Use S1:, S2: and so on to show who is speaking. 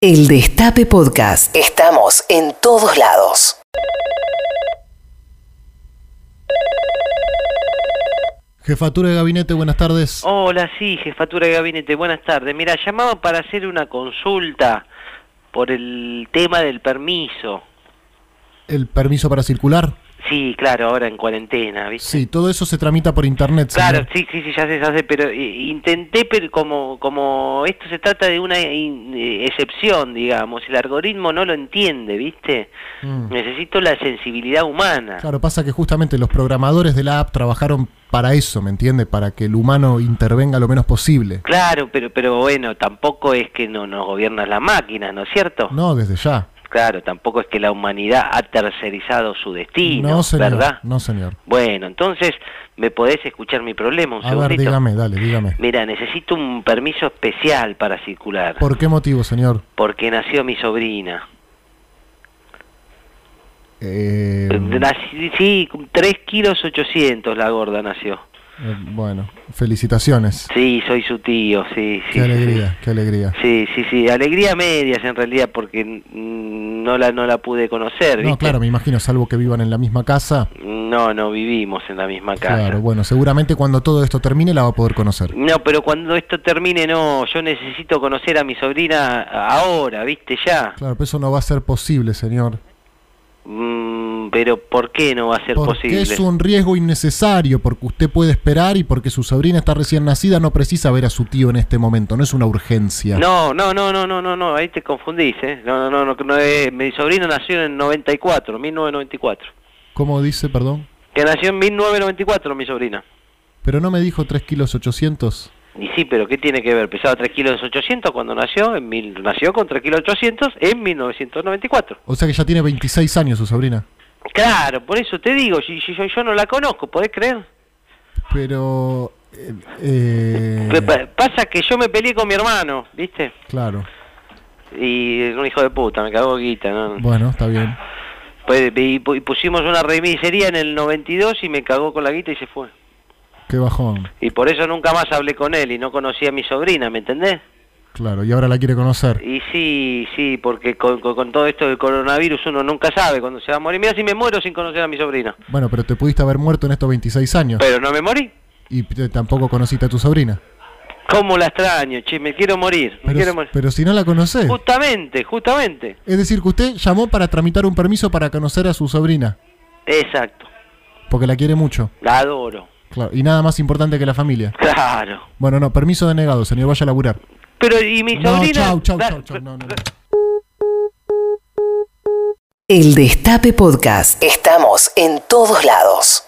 S1: El Destape Podcast. Estamos en todos lados.
S2: Jefatura de Gabinete, buenas tardes.
S3: Hola, sí, jefatura de gabinete, buenas tardes. Mira, llamaba para hacer una consulta por el tema del permiso.
S2: ¿El permiso para circular?
S3: Sí, claro, ahora en cuarentena, ¿viste?
S2: Sí, todo eso se tramita por internet. señor.
S3: Claro, sí, sí, sí, ya sé, ya sé, pero eh, intenté, pero como, como esto se trata de una in- eh, excepción, digamos, el algoritmo no lo entiende, ¿viste?
S2: Mm.
S3: Necesito la sensibilidad humana.
S2: Claro, pasa que justamente los programadores de la app trabajaron para eso, ¿me entiende? Para que el humano intervenga lo menos posible.
S3: Claro, pero, pero bueno, tampoco es que no nos gobiernan las máquinas, ¿no es cierto?
S2: No, desde ya.
S3: Claro, tampoco es que la humanidad ha tercerizado su destino,
S2: no, señor.
S3: ¿verdad?
S2: No, señor.
S3: Bueno, entonces, ¿me podés escuchar mi problema un
S2: A ver,
S3: segundito?
S2: dígame, dale, dígame.
S3: Mira, necesito un permiso especial para circular,
S2: ¿Por qué motivo, señor?
S3: porque nació mi sobrina.
S2: Eh,
S3: Nací- sí, 3 kilos 800 la gorda nació.
S2: eh, bueno, felicitaciones.
S3: Sí, soy su tío, sí,
S2: Qué
S3: sí. sí,
S2: alegría, qué alegría.
S3: Sí, sí, sí, alegría medias en realidad porque mm, no la no la pude conocer,
S2: No,
S3: ¿viste?
S2: claro, me imagino, salvo que vivan en la misma casa.
S3: No, no vivimos en la misma casa.
S2: Claro, bueno, seguramente cuando todo esto termine la va a poder conocer.
S3: No, pero cuando esto termine, no, yo necesito conocer a mi sobrina ahora, ¿viste? Ya.
S2: Claro, pero eso no va a ser posible, señor.
S3: Mm, pero ¿por qué no va a ser
S2: Porque
S3: posible?
S2: es un riesgo innecesario, porque usted puede esperar y porque su sobrina está recién nacida, no precisa ver a su tío en este momento, no es una urgencia.
S3: No, no, no, no, no, no, no, ahí te confundís, ¿eh? No, no, no, no, no es- mi sobrino nació en 94, 1994.
S2: ¿Cómo dice, perdón?
S3: Que nació en 1994 mi sobrina.
S2: Pero no me dijo 3 kilos 800.
S3: Y sí, pero ¿qué tiene que ver? Pesaba 3 kilos 800 cuando nació, en mil, nació con 3 kilos 800 en 1994.
S2: O sea que ya tiene 26 años su sobrina.
S3: Claro, por eso te digo, si, si yo, yo no la conozco, ¿podés creer?
S2: Pero... eh, eh,
S3: Pe- pa- Pasa que yo me peleé con mi hermano, ¿viste?
S2: claro.
S3: Y un hijo de puta, me cagó guita, ¿no?
S2: Bueno, está bien.
S3: Pues, y, pu- y pusimos una remisería en el 92 y me cagó con la guita y se fue.
S2: Qué bajón.
S3: Y por eso nunca más hablé con él y no conocí a mi sobrina, ¿me entendés?
S2: Claro, y ahora la quiere conocer.
S3: Y sí, sí, porque con, con- con todo esto del coronavirus uno nunca sabe cuándo se va a morir. Mira si me muero sin conocer a mi sobrina.
S2: Bueno, pero te pudiste haber muerto en estos 26 años
S3: Pero no me morí.
S2: y eh, tampoco conociste a tu sobrina.
S3: ¿Cómo la extraño, che? Me quiero morir, me quiero
S2: Pero,
S3: morir.
S2: pero si no la conoces.
S3: Justamente, justamente.
S2: Es decir, que usted llamó para tramitar un permiso para conocer a su sobrina,
S3: Exacto.
S2: porque la quiere mucho.
S3: La adoro.
S2: Claro, y nada más importante que la familia.
S3: Claro.
S2: Bueno, no, permiso denegado, señor, vaya a laburar.
S3: Pero y mi
S2: No,
S3: sobrina...
S2: chau, chau,
S3: Da-
S2: chau, chau, no, no, no.
S1: El Destape Podcast. Estamos en todos lados.